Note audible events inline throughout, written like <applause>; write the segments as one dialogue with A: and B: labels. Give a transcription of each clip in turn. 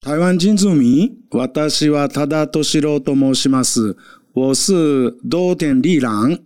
A: 台湾人住民，私は多田敏郎と申します。我是多田丽郎。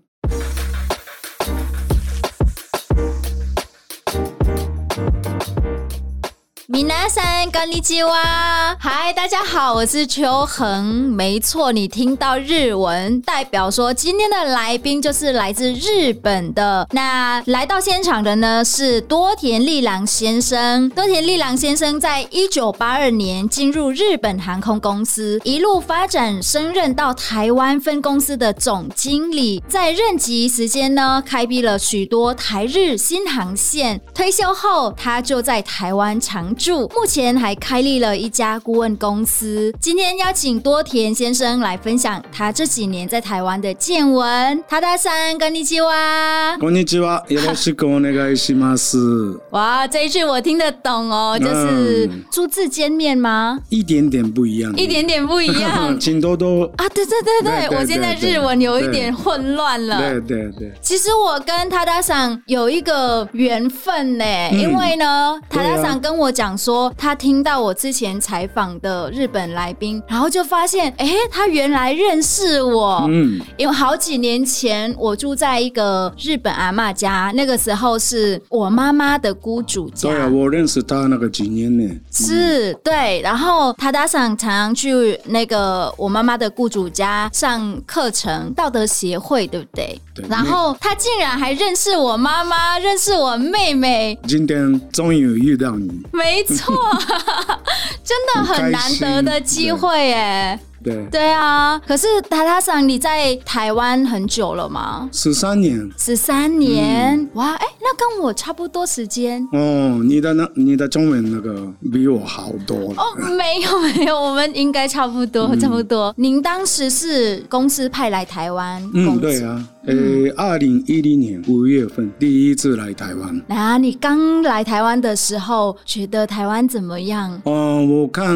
B: 米娜桑干尼基哇！嗨，大家好，我是秋恒。没错，你听到日文，代表说今天的来宾就是来自日本的。那来到现场的呢是多田利郎先生。多田利郎先生在一九八二年进入日本航空公司，一路发展，升任到台湾分公司的总经理。在任期时间呢，开辟了许多台日新航线。退休后，他就在台湾常驻，目前还开立了一家顾问公司。今天邀请多田先生来分享他这几年在台湾的见闻。塔塔山跟你吉哇！
A: こんにちは。よろしくお願いします。
B: 哇，这一句我听得懂哦，就是
A: 嗯
B: 初次见面吗？
A: 一点点不一样，
B: <laughs> 一点点不一样
A: 请多 <laughs> 多。
B: <laughs> 啊！对对对对，
A: 对对
B: 我现在
A: 对
B: 日文有一
A: 对
B: 点混乱了。
A: 对对对，
B: 其实我跟塔塔桑有一个缘分呢、
A: 嗯
B: 因为呢，塔
A: 对啊
B: 塔桑跟我讲说，他听到我之前采访的日本来宾，然后就发现，哎、他原来认识我。
A: 嗯，
B: 因为好几年前，我住在一个日本阿嬷家，那个时候是我妈妈的姑祖家。
A: 对啊，我认识他那个几年呢。
B: 是对，然后塔达桑常常去那个我妈妈的雇主家上课程，道德协会，对不对？
A: 对
B: 然后他竟然还认识我妈妈，认识我妹妹，
A: 今天终于遇到你，
B: 没错，真的很难得的机会耶。
A: 对，
B: 对啊，可是塔塔桑，你在台湾很久了吗？
A: 十三年。
B: 十三年，哇，哎，那跟我差不多时间。
A: 哦，你的那你的中文那个比我好多了。
B: 哦，没有 <laughs> 没有，我们应该差不多、
A: 嗯
B: 差不多。您当时是公司派来台湾工
A: 嗯，
B: 作，
A: 对啊，诶，二零一零年五月份第一次来台湾。
B: 那、你刚来台湾的时候，觉得台湾怎么样？
A: 哦，我看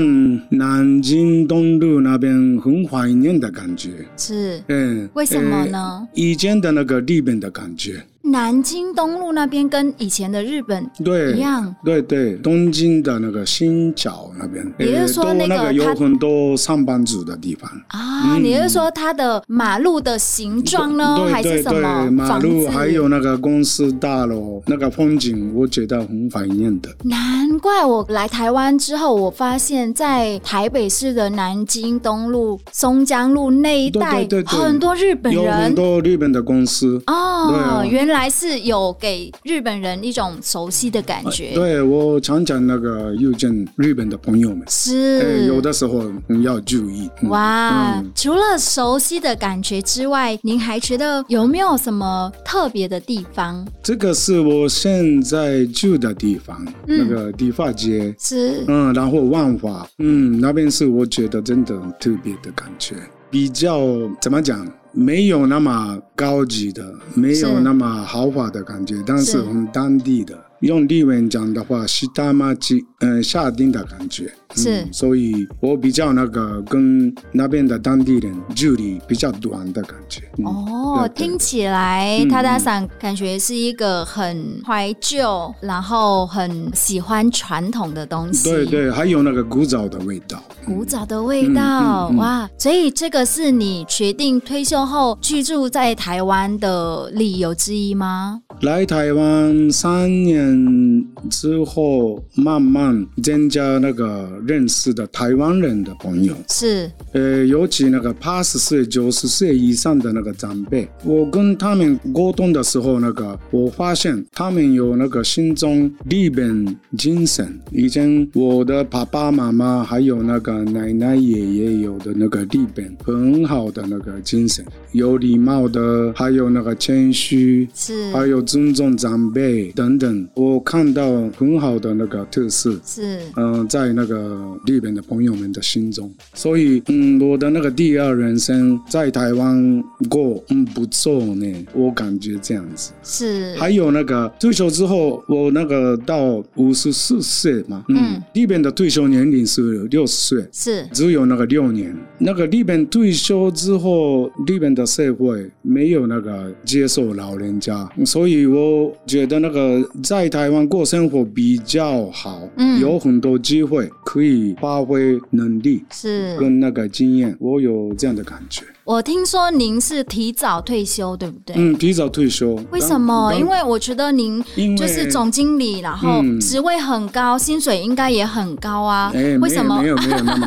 A: 南京东路那边很怀念的感觉，
B: 是
A: 嗯，
B: 为什么呢
A: 诶？以前的那个日本的感觉，
B: 南京东路那边跟以前的日本，
A: 对，
B: 一样
A: 对对，东京的那个新桥那边，
B: 也就是
A: 诶
B: 说
A: 都
B: 那
A: 那
B: 个它
A: 有很多上班族的地方。
B: 啊，你是说它的马路的形状呢，还
A: 嗯对对
B: 是什么
A: 对，马
B: 房
A: 路
B: 子
A: 还有那个公司大楼那个风景，我觉得很怀念的。
B: 难怪我来台湾之后，我发现，在台北市的南京东路、松江路那一带，
A: 对对对对
B: 很多日本
A: 有很
B: 人。
A: 多日本的公司。对
B: 哦，
A: 啊
B: 原来是有给日本人一种熟悉的感觉，
A: 哎对我常常那个遇见日本的朋友们，诶
B: 是
A: 哎有的时候你要注意。嗯
B: 哇、除了熟悉的感觉之外，您还觉得有没有什么特别的地方？
A: 这个是我现在住的地方，那
B: 嗯
A: 个理发街。
B: 是、
A: 嗯，然后万华，嗯，那边是我觉得真的很特别的感觉，比较怎么讲，没有那么高级的，没有
B: 是
A: 那么豪华的感觉，但
B: 是
A: 是很当地的。用日文讲的话，是大马吉，嗯，下定的感觉。嗯
B: 是
A: 所以我比较那个跟那边的当地人距离比较短的感觉。嗯、
B: 哦，
A: 对对
B: 听起来
A: 嗯
B: 塔塔
A: 嗯
B: 桑感觉是一个很怀旧，然后很喜欢传统的东西，
A: 对，对，还有那个古早的味道。
B: 古早的味道、
A: 嗯嗯嗯
B: 哇！所以这个是你决定退休后居住在台湾的理由之一吗？
A: 来台湾三年之后，慢慢增加那个认识的台湾人的朋友，
B: 是
A: 呃，尤其那个八十岁、九十岁以上的那个长辈，我跟他们沟通的时候，那个我发现他们有那个心中日本精神。以前我的爸爸妈妈还有那个奶奶、爷爷有的那个日本很好的那个精神，有礼貌的，还有那个谦虚，
B: 是
A: 还有尊重长辈等等，我看到很好的那个特色。
B: 是，
A: 嗯、在那个日本的朋友们的心中，所以，嗯，我的那个第二人生在台湾过，嗯，不错呢，我感觉这样子。
B: 是
A: 还有那个退休之后，我那个到五十四岁嘛，
B: 嗯
A: 嗯，日本的退休年龄是六十岁，
B: 是
A: 只有那个六年。那个日本退休之后，日本的社会没有那个接受老人家，所以以我觉得那个在台湾过生活比较好，
B: 嗯
A: 有很多机会可以发挥能力
B: 是
A: 跟那个经验，我有这样的感觉。
B: 我听说您是提早退休，对不对？
A: 嗯，提早退休，
B: 为什么？
A: 当
B: 因为我觉得您
A: 因为
B: 就是总经理，然后
A: 嗯
B: 职位很高，薪水应该也很高啊。
A: 哎，
B: 为什么
A: 没？有没有没有那么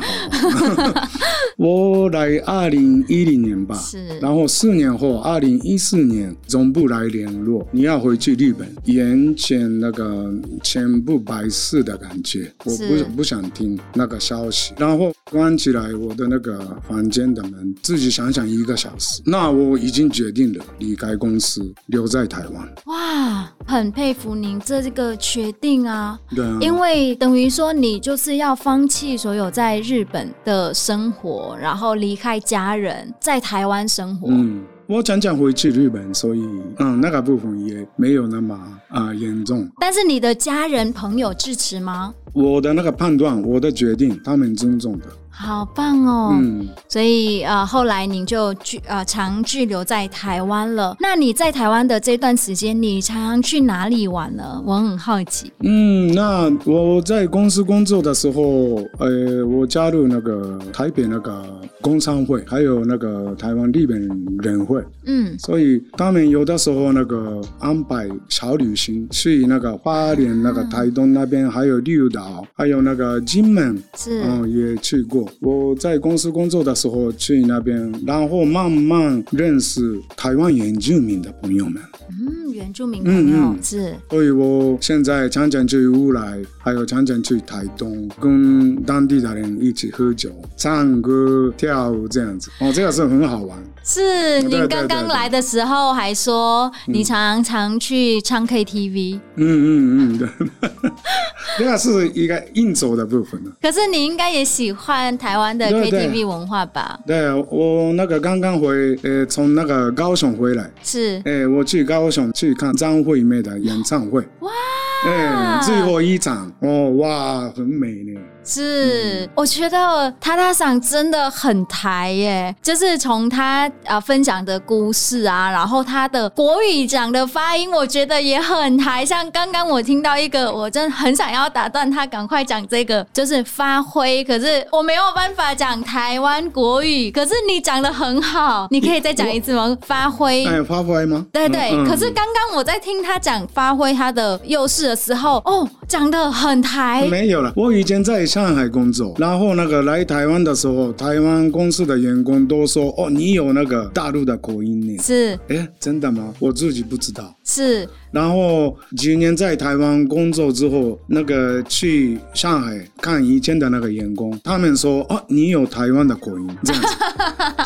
A: 好。
B: <laughs>
A: 我来二零一零年吧，
B: 是
A: 然后四年后，二零一四年总部来联络，你要回去日本，眼前那个全部白事的感觉，我
B: 是
A: 不不想听那个消息，然后关起来我的那个房间的门，自己想想一个小时。那我已经决定了离开公司，留在台湾。
B: 哇，很佩服您这个决定啊！
A: 对啊，
B: 因为等于说你就是要放弃所有在日本的生活，然后离开家人，在台湾生活。
A: 嗯，我讲讲回去日本，所以嗯，那个部分也没有那么啊、严重。
B: 但是你的家人朋友支持吗？
A: 我的那个判断，我的决定，他们尊重的。
B: 好棒哦！
A: 嗯，
B: 所以呃，后来您就居呃常居留在台湾了。那你在台湾的这段时间，你常常去哪里玩呢？我很好奇。
A: 嗯，那我在公司工作的时候，呃，我加入那个台北那个工商会，还有那个台湾日本人会，
B: 嗯，
A: 所以他们有的时候那个安排小旅行，去那个花莲、那个台东那边，还有绿岛，还有那个金门，
B: 是。
A: 嗯，也去过。我在公司工作的时候去那边，然后慢慢认识台湾原住民的朋友们。
B: 嗯，原住民朋友、
A: 嗯嗯
B: 是
A: 所以我现在常常去乌来，还有常常去台东，跟当地的人一起喝酒、唱歌、跳舞这样子。哦，这个是很好玩。
B: 是，
A: 对对
B: 您刚刚
A: 对对
B: 来的时候还说你常常去唱 KTV，、
A: 嗯嗯嗯，对， <laughs> 这个是一个应酬的部分了。
B: 可是你应该也喜欢台湾的
A: 对对
B: KTV 文化吧？
A: 对我那个刚刚回，呃，从那个高雄回来，
B: 是
A: 哎、我去高雄去看张惠妹的演唱会，
B: 哇
A: 哎、最后一场，哦，哇，很美呢。
B: 是，
A: 嗯
B: 我觉得他他嗓真的很台耶，就是从他啊分享的故事啊，然后他的国语讲的发音，我觉得也很台。像刚刚我听到一个，我真的很想要打断他，赶快讲这个，就是发挥。可是我没有办法讲台湾国语，可是你讲的很好，你可以再讲一次吗？发挥。
A: 哎、发挥吗？
B: 对对，
A: 嗯嗯
B: 可是刚刚我在听他讲发挥他的优势的时候，哦，讲的很台，
A: 没有了。我以前在上海工作，然后那个来台湾的时候，台湾公司的员工都说：“哦，你有那个大陆的口音呢。
B: 是”
A: 哎，真的吗？我自己不知道。
B: 是，
A: 然后几年在台湾工作之后，那个去上海看以前的那个员工，他们说：“哦，你有台湾的口音。”这样子，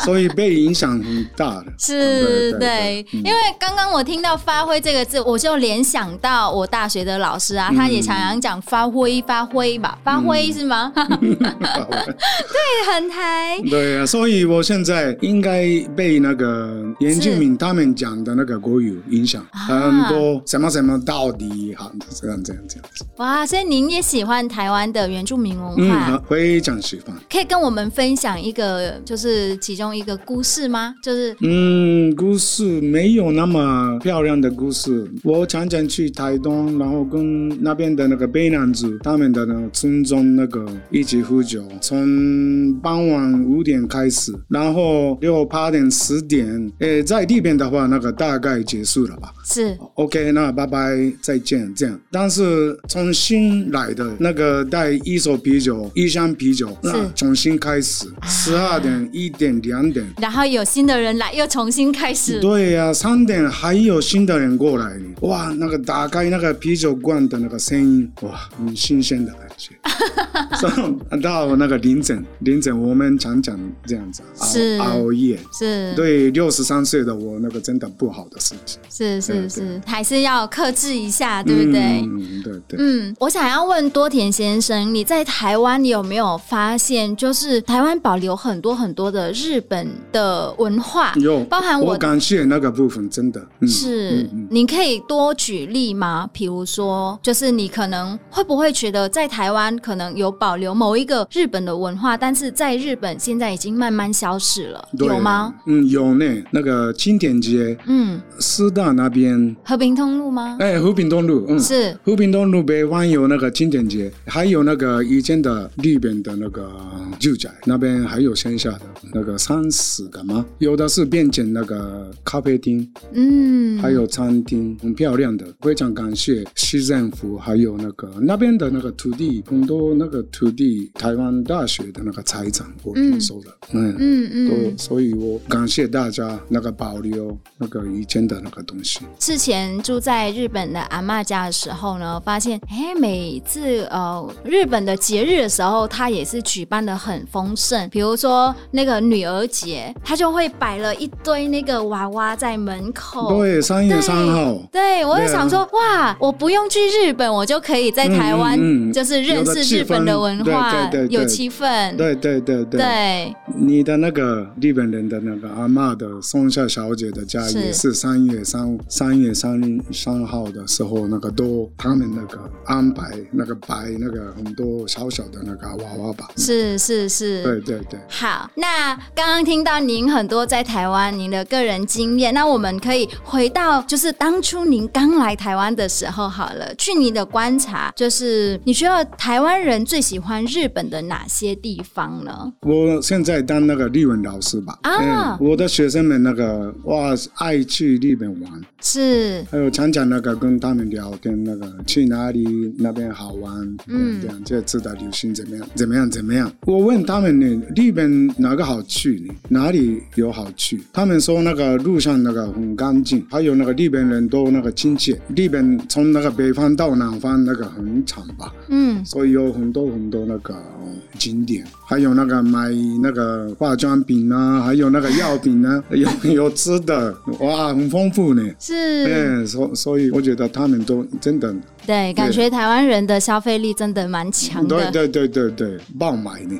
B: <laughs>
A: 所以被影响很大的。
B: 是
A: 对嗯
B: 对，因为刚刚我听到“发挥”这个字，我就联想到我大学的老师啊，
A: 嗯
B: 他也常常讲“发挥，发挥”吧，“发挥”是吗？
A: 嗯
B: <laughs> 对，很台
A: 对啊，所以我现在应该被那个严俊敏他们讲的那个国语影响
B: 啊
A: 很多，什么什么到底好这样这样这样子，
B: 哇！所以您也喜欢台湾的原住民文化，
A: 嗯，非常喜欢。
B: 可以跟我们分享一个，就是其中一个故事吗？就是
A: 嗯，故事没有那么漂亮的故事。我常常去台东，然后跟那边的那个卑南族他们的那个村中那个一起喝酒，从傍晚五点开始，然后六八点十点，诶，在那边的话，那个大概结束了吧。
B: 是
A: OK，那拜拜，再见，这样。但是从新来的那个带一手啤酒、一箱啤酒，那重新开始，十二点、一点、两点。
B: 然后有新的人来，又重新开始，
A: 对呀、三点还有新的人过来，哇，那个打开那个啤酒罐的那个声音，哇，很新鲜的感觉。so,
B: <laughs>
A: 到那个凌晨，凌晨我们常常这样子熬
B: 是
A: 熬夜。
B: 是
A: 对六十三岁的我，那个真的不好的事情，
B: 是是
A: 对
B: 是，还是要克制一下，对不对？
A: 嗯，对对。
B: 嗯，我想要问多田先生，你在台湾你有没有发现，就是台湾保留很多很多的日本的文化，
A: 有，
B: 包含我
A: 我感谢那个部分，真的，嗯，
B: 是，你可以多举例吗？比如说，就是你可能会不会觉得在台湾可能有保留某一个日本的文化，但是在日本现在已经慢慢消逝了，
A: 对
B: 有吗？？
A: 嗯，有呢。那个青田街、
B: 嗯，
A: 师大那边，
B: 和平通路吗？
A: 哎，和平东路，嗯，
B: 是
A: 和平东路北湾有那个青田街，还有那个以前的日本的那个住宅，那边还有剩下的那个三十个吗？有的是变成那个咖啡厅，
B: 嗯，
A: 还有餐厅，很漂亮的。非常感谢市政府，还有那个那边的那个土地，很多那个土地，台湾大学的那个财产，我听说的，嗯。
B: 嗯嗯
A: 对，，所以我感谢大家那个保留那个以前的那个东西。
B: 之前住在日本的阿嬷家的时候呢，发现哎，每次呃日本的节日的时候，它也是举办的很丰盛，比如说那个女儿节，她就会摆了一堆那个娃娃在门口。
A: 对，三月三号，
B: 对，我就想说，哇，我不用去日本，我就可以在台湾，
A: 嗯嗯嗯
B: 就是认识日本的文化
A: 有的气氛，对对对
B: 有气氛，
A: 对对对对，
B: 对
A: 你的那个日本人的那个阿嬷的松下小姐的家
B: 是
A: 也是三月三三月三三号的时候，那个都他们那个安排那个摆那个很多小小的那个娃娃吧。
B: 是是是，
A: 对对对，
B: 好，那刚刚听到您很多在台湾您的个人经验，那我们可以回到就是当初您刚来台湾的时候好了。据你的观察，就是你觉得台湾人最喜欢日本的哪些地方呢？
A: 我现在当那个日文老师吧。
B: 啊
A: 嗯我的学生们那个哇，爱去日本玩，
B: 是
A: 还有常常那个跟他们聊天，那个去哪里那边好玩，
B: 嗯
A: 嗯，这样这次的旅行怎么样？怎么样？怎么样？我问他们呢，日本哪个好去呢？哪里有好去？他们说那个路上那个很干净，还有那个日本人都那个亲切。日本从那个北方到南方那个很长吧，
B: 嗯
A: 所以有很多很多那个嗯景点，还有那个买那个化妆品啊，还有那个药品啊，有有吃的，哇，很丰富呢。
B: 是，
A: 嗯，所所以我觉得他们都真的，
B: 对，感觉台湾人的消费力真的蛮强的
A: 对。对对对对，爆买呢。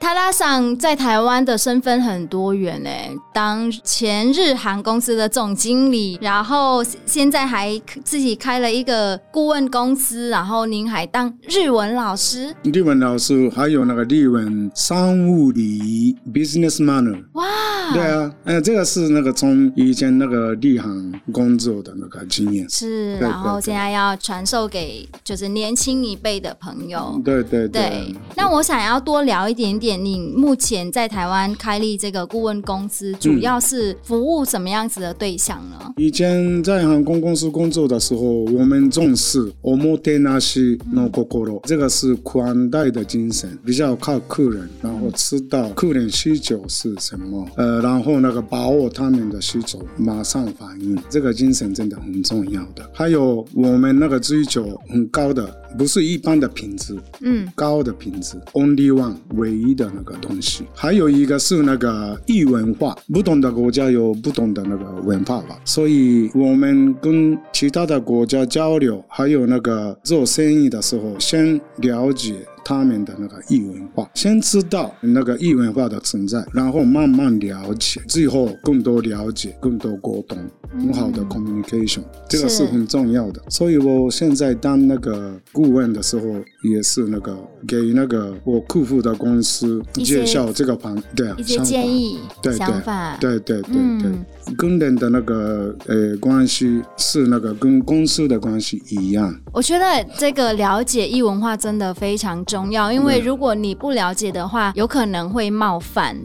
B: 塔拉桑在台湾的身份很多元诶、当前日航公司的总经理，然后现现在还自己开了一个顾问公司，然后您还当日文老师，
A: 日文老师还有那个日文商务礼仪 business manner。
B: 哇！
A: 对啊，嗯，这个是那个从以前那个立行工作的那个经验。
B: 是，
A: 对对
B: 然后
A: 对
B: 现在要传授给就是年轻一辈的朋友。
A: 对对
B: 嗯对，那我想要多聊一点点，你目前在台湾开立这个顾问公司，主要是服务什么样子的对象呢？
A: 以前在航空公司工作的时候，我们重视おもてなしの心，这个是宽待的精神，比较靠客人，然后知道客人需求是什么，呃，然后那个把握他们的需求，马上反应，这个精神真的很重要的。还有我们那个追求很高的，不是一般的品质，
B: 嗯，
A: 高的品质，only one 唯一的那个东西。还有一个是那个异文化，不同的国家有不同的那个文化吧，所以我们跟其他的国家交流，还有那个做生意的时候，先了解。他们的那个异文化，先知道那个异文化的存在，然后慢慢了解，最后更多了解，更多沟通，很好的 communication，、这个
B: 是
A: 是很重要的。所以我现在当那个顾问的时候，也是那个给那个我客户的公司
B: 一些
A: 介绍这个盘，对啊，
B: 一些
A: 想法
B: 建议、
A: 对对
B: 想法，
A: 对对对对
B: 嗯，
A: 跟人的那个呃关系是那个跟公司的关系一样，
B: 我觉得这个了解异文化真的非常重要，因为如果你不了解的话，有可能会冒犯。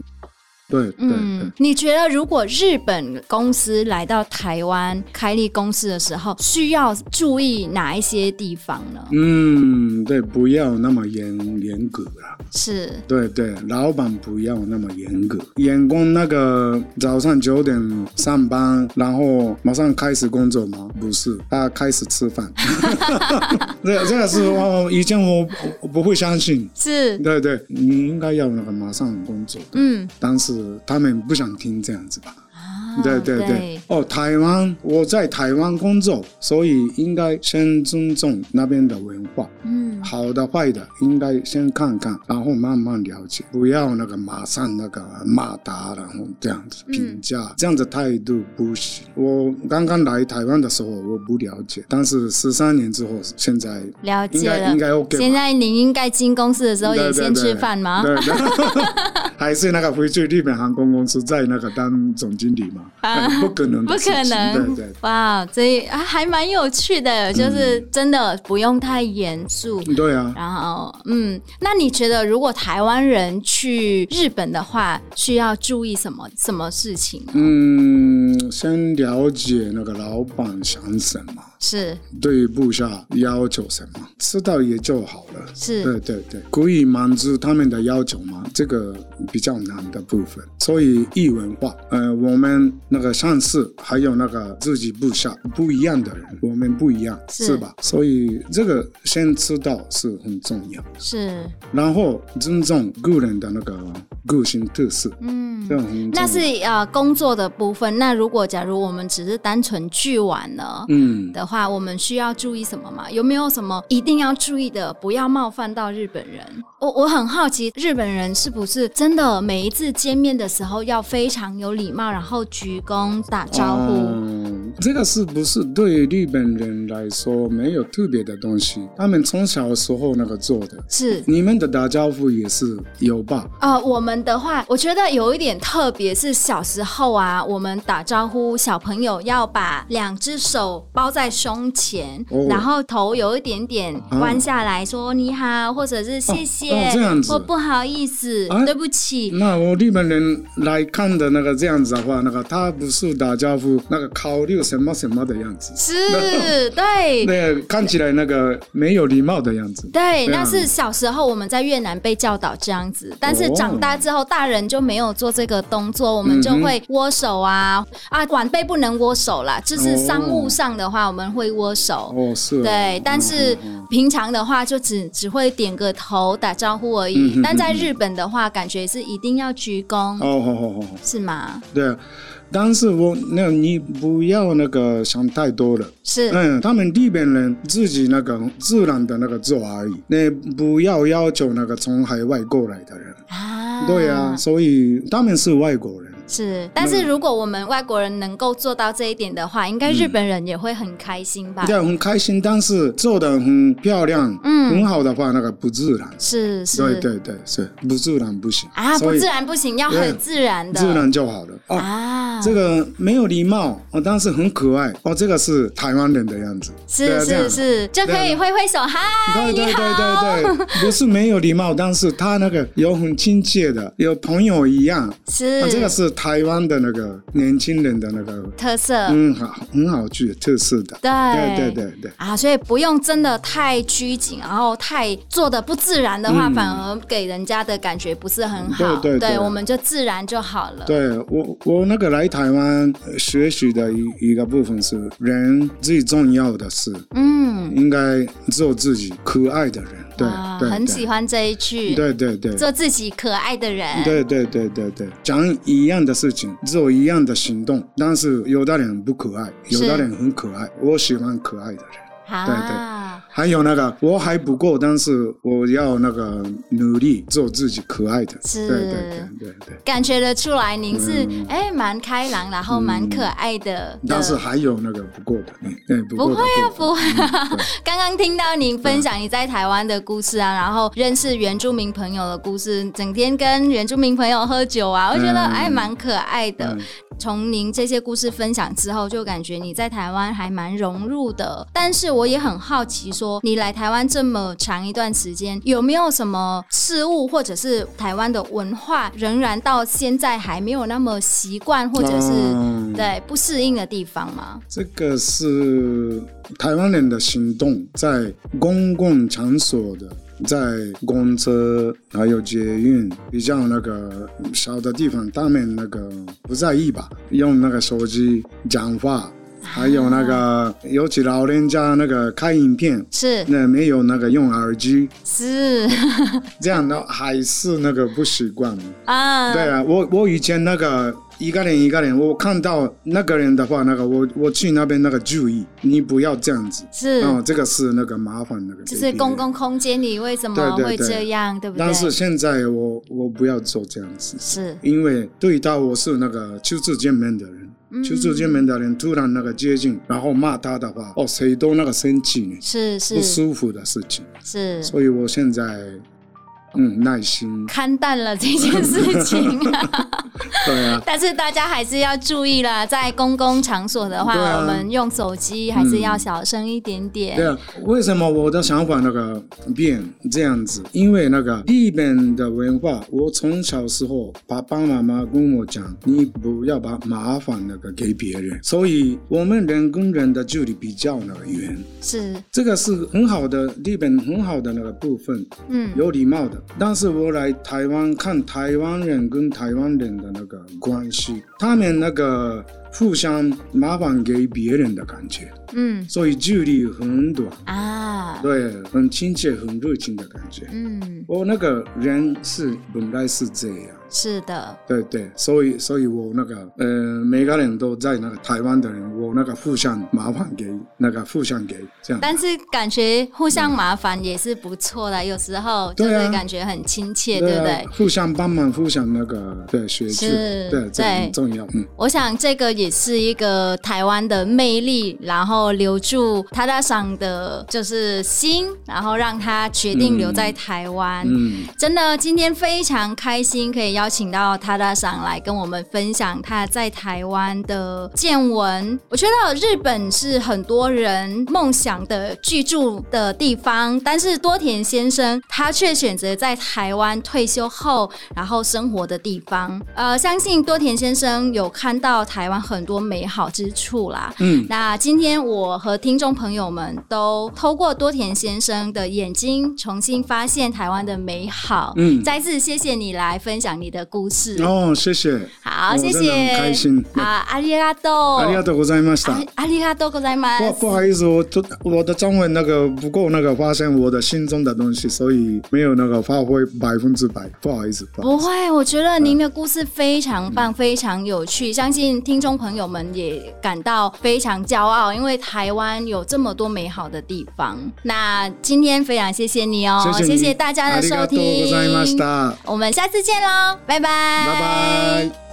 A: 对对对
B: 嗯。，你觉得如果日本公司来到台湾开立公司的时候，需要注意哪一些地方呢？
A: 嗯，对，不要那么严严格啊啦。
B: 是
A: 对对，老板不要那么严格。员工那个早上九点上班，然后马上开始工作吗？不是，他开始吃饭。这这个是我以前我我不会相信。
B: 是，
A: 对对，你应该要那个马上工作，
B: 嗯
A: 但是他们不想听这样子吧？
B: 啊，
A: 对对对，哦，台湾，我在台湾工作，所以应该先尊重那边的文化，
B: 嗯，
A: 好的坏的应该先看看，然后慢慢了解，不要那个马上那个骂他，然后这样
B: 嗯
A: 子评价，这样子态度不行。我刚刚来台湾的时候我不了解，但是十三年之后，现在
B: 了
A: 应
B: 解
A: 该
B: 了
A: 应。该 OK 吧。
B: 现在您应该进公司的时候也先吃饭吗？
A: 对对
B: <laughs>
A: 对还是那个回去日本航空公司在那个当总经理嘛？
B: 啊
A: 哎不可能
B: 不
A: 的事情，
B: 可能
A: 对嗯对。
B: 哇，这啊还蛮有趣的，就是真的不用太严肃。
A: 对啊，
B: 然后，嗯，那你觉得如果台湾人去日本的话，需要注意什么什么事情呢？
A: 嗯，先了解那个老板想什么，
B: 是
A: 对部下要求什么，知道也就好了。
B: 是，
A: 对对对，可以满足他们的要求吗？这个比较难的部分。所以异文化，呃，我们那个上司还有那个自己部下不一样的人，我们不一样，
B: 是
A: 是吧？所以这个先知道是很重要，
B: 是，
A: 然后尊重个人的那个个性特色，
B: 嗯
A: 这。样很重要。
B: 那是呃工作的部分。那如果假如我们只是单纯去玩呢、
A: 嗯。
B: 的话，我们需要注意什么吗？有没有什么一定要注意的？不要冒犯到日本人。我我很好奇，日本人是不是真的每一次见面的时候要非常有礼貌，然后鞠躬打招呼？
A: 嗯，这个是不是对日本人来说没有特别的东西？他们从小时候那个做的，
B: 是。
A: 你们的打招呼也是有吧？
B: 呃，我们的话，我觉得有一点特别，是小时候啊，我们打招呼小朋友要把两只手包在胸前，
A: 哦
B: 然后头有一点点弯下来说、你好，或者是谢谢，
A: 哦这样子
B: 或不好意思，
A: 啊
B: 对不起。
A: 那我日本人来看的那个这样子的话，那个他不是打招呼，那个考虑什么什么的样子，
B: 是，对
A: <laughs> 那看起来那个没有礼貌的样子。
B: 对，
A: 这样
B: 那是小时候我们在越南被教导这样子，但是
A: 哦
B: 长大之后，大人就没有做这个动作，我们
A: 嗯
B: 就会握手啊、啊，晚辈不能握手啦，就是商务上的话，我们会握手。
A: 哦，是、哦。
B: 对，但是
A: 嗯嗯
B: 平常的话就只只会点个头打招呼而已，
A: 嗯嗯
B: 但在日本的话，感觉是一定要鞠躬，
A: 嗯哦，好好好好，
B: 是吗？
A: 对。但是我那你不要那个想太多了。
B: 是，
A: 嗯，他们日本人自己那个自然的那个做而已，那不要要求那个从海外过来的人。
B: 啊
A: 对啊，嗯所以他们是外国人。
B: 是，但是如果我们外国人能够做到这一点的话，应该日本人也会很开心
A: 嗯
B: 吧？
A: 对，很开心，但是做的很漂亮，
B: 嗯
A: 很好的话，那个不自然。
B: 是是
A: 对对对，是不自然不行
B: 啊，不
A: 所以
B: 自然不行，要
A: 对
B: 很自然的
A: 自然就好了。哦，
B: 啊，
A: 这个没有礼貌哦，但是很可爱哦，这个是台湾人的样子。对
B: 是
A: 啊这样
B: 是是，就可以挥挥手嗨，
A: 对对
B: 你
A: 对
B: 好，
A: 对对，不是没有礼貌，但是他那个有很亲切的，有朋友一样。啊、这个
B: 是
A: 是台湾的那个年轻人的那个，
B: 特色，
A: 嗯，好，很好具有特色的。
B: 对
A: 对对对对。
B: 啊，所以不用真的太拘谨，然后太做的不自然的话，反而给人家的感觉不是很好。
A: 嗯对对对
B: 我们就自然就好了。
A: 对我，我那个来台湾呃学习的一一个部分是，人最重要的是
B: 嗯，
A: 应该做自己可爱的人，对
B: 啊
A: 对，
B: 很
A: 对
B: 喜欢这一句，
A: 对对对。
B: 做自己可爱的人。
A: 对对对对对，讲一样的事情，做一样的行动，但是有的人不可爱，有的
B: 是
A: 人很可爱。我喜欢可爱的人。对对
B: 啊，
A: 还有那个，我还不够，但是我要那个努力做自己可爱的。
B: 是
A: 对对对对对。
B: 感觉得出来您是
A: 嗯
B: 哎蛮、开朗，然后蛮可爱的。
A: 但是
B: 的
A: 还有那个不够的，嗯对，不
B: 不
A: 够
B: 会
A: 的。
B: 啊，
A: 不够的
B: 不会、啊。刚刚听到您分享你在台湾的故事啊，然后认识原住民朋友的故事，整天跟原住民朋友喝酒啊，我觉得
A: 嗯
B: 哎蛮可爱的
A: 嗯。
B: 从您这些故事分享之后，就感觉你在台湾还蛮融入的。但是我也很好奇说你来台湾这么长一段时间，有没有什么事物或者是台湾的文化，仍然到现在还没有那么习惯，或者是、
A: 嗯
B: 对不适应的地方吗？
A: 这个是台湾人的行动，在公共场所的，在公车还有捷运比较那个小的地方，他们那个不在意吧，用那个手机讲话，还有那个尤其老人家那个看影片，
B: 是
A: 那没有那个用耳机，
B: 是
A: 这样的还是那个不习惯。
B: 啊，
A: 对啊，我我以前那个一个人一个人，我看到那个人的话，那个我我去那边那个注意，你不要这样子。
B: 是，
A: 哦，这个是那个麻烦那个。
B: 就是公共空间里为什么
A: 对对
B: 会
A: 对
B: 这样，对不对？
A: 但是现在我我不要做这样子，
B: 是
A: 因为对到我是那个初次见面的人，初次见面的人突然那个接近，然后骂他的话，哦，谁都那个生气呢，
B: 是
A: 不
B: 是
A: 舒服的事情。
B: 是，，
A: 所以我现在，嗯，耐心
B: 看淡了这件事情、
A: <laughs> 对啊，
B: 但是大家还是要注意啦，在公共场所的话，
A: 对啊
B: 我们用手机还是要小声一点点。
A: 对啊，为什么我的想法那个变这样子？因为那个日本的文化，我从小时候爸爸妈妈跟我讲，你不要把麻烦那个给别人，所以我们人跟人的距离比较那个远，
B: 是，
A: 这个是很好的日本很好的那个部分，
B: 嗯，
A: 有礼貌的。但是我来台湾看台湾人跟台湾人的那个关系，他们那个互相麻烦给别人的感觉，
B: 嗯，
A: 所以距离很短。
B: 啊，
A: 对，很亲切、很热情的感觉。
B: 嗯，
A: 我那个人是本来是这样，
B: 是的，
A: 对对，所以所以我那个呃，每个人都在那个台湾的人，我那个互相麻烦给那个互相给这样。
B: 但是感觉互相麻烦也是不错的，有时候就
A: 嗯对啊
B: 是感觉很亲切，
A: 对
B: 不
A: 啊
B: 对？
A: 互相帮忙，互相那个对学习，
B: 是
A: 对，这
B: 对
A: 很重要。嗯，
B: 我想这个也是一个台湾的魅力，然后留住他大赏的就是心，然后让他决定留在台湾。 <laughs>
A: 嗯
B: 真的，今天非常开心，可以邀请到他大赏来跟我们分享他在台湾的见闻。我觉得日本是很多人梦想的居住的地方，但是多田先生他却选择在台湾退休后，然后生活的地方。呃，相信多田先生有看到台湾很多美好之处啦。
A: 嗯，
B: 那今天我和听众朋友们都透过多田先生的眼睛，重新发现台湾的美好。
A: 嗯
B: 再次谢谢你来分享你的故事。
A: 哦，谢谢，
B: 好，
A: 我
B: 谢
A: 真的
B: 谢，
A: 很开心
B: 啊，阿里嘎多，
A: ありがとうございました。
B: あ阿里嘎多ございま
A: 不
B: す。
A: 不好意思，我中我的中文那个不够那个发现我的心中的东西，所以没有那个发挥百分之百，不好意思。不好意
B: 不会，我觉得您的故事非常棒，非常有趣，相信听众朋友们也感到非常骄傲，因为台湾有这么多美好的地方。那今天非常谢谢你哦，
A: 思
B: 谢大家的收
A: ありがとうございまし
B: 听。
A: た。
B: 我们下次见喽，拜拜，
A: 拜拜。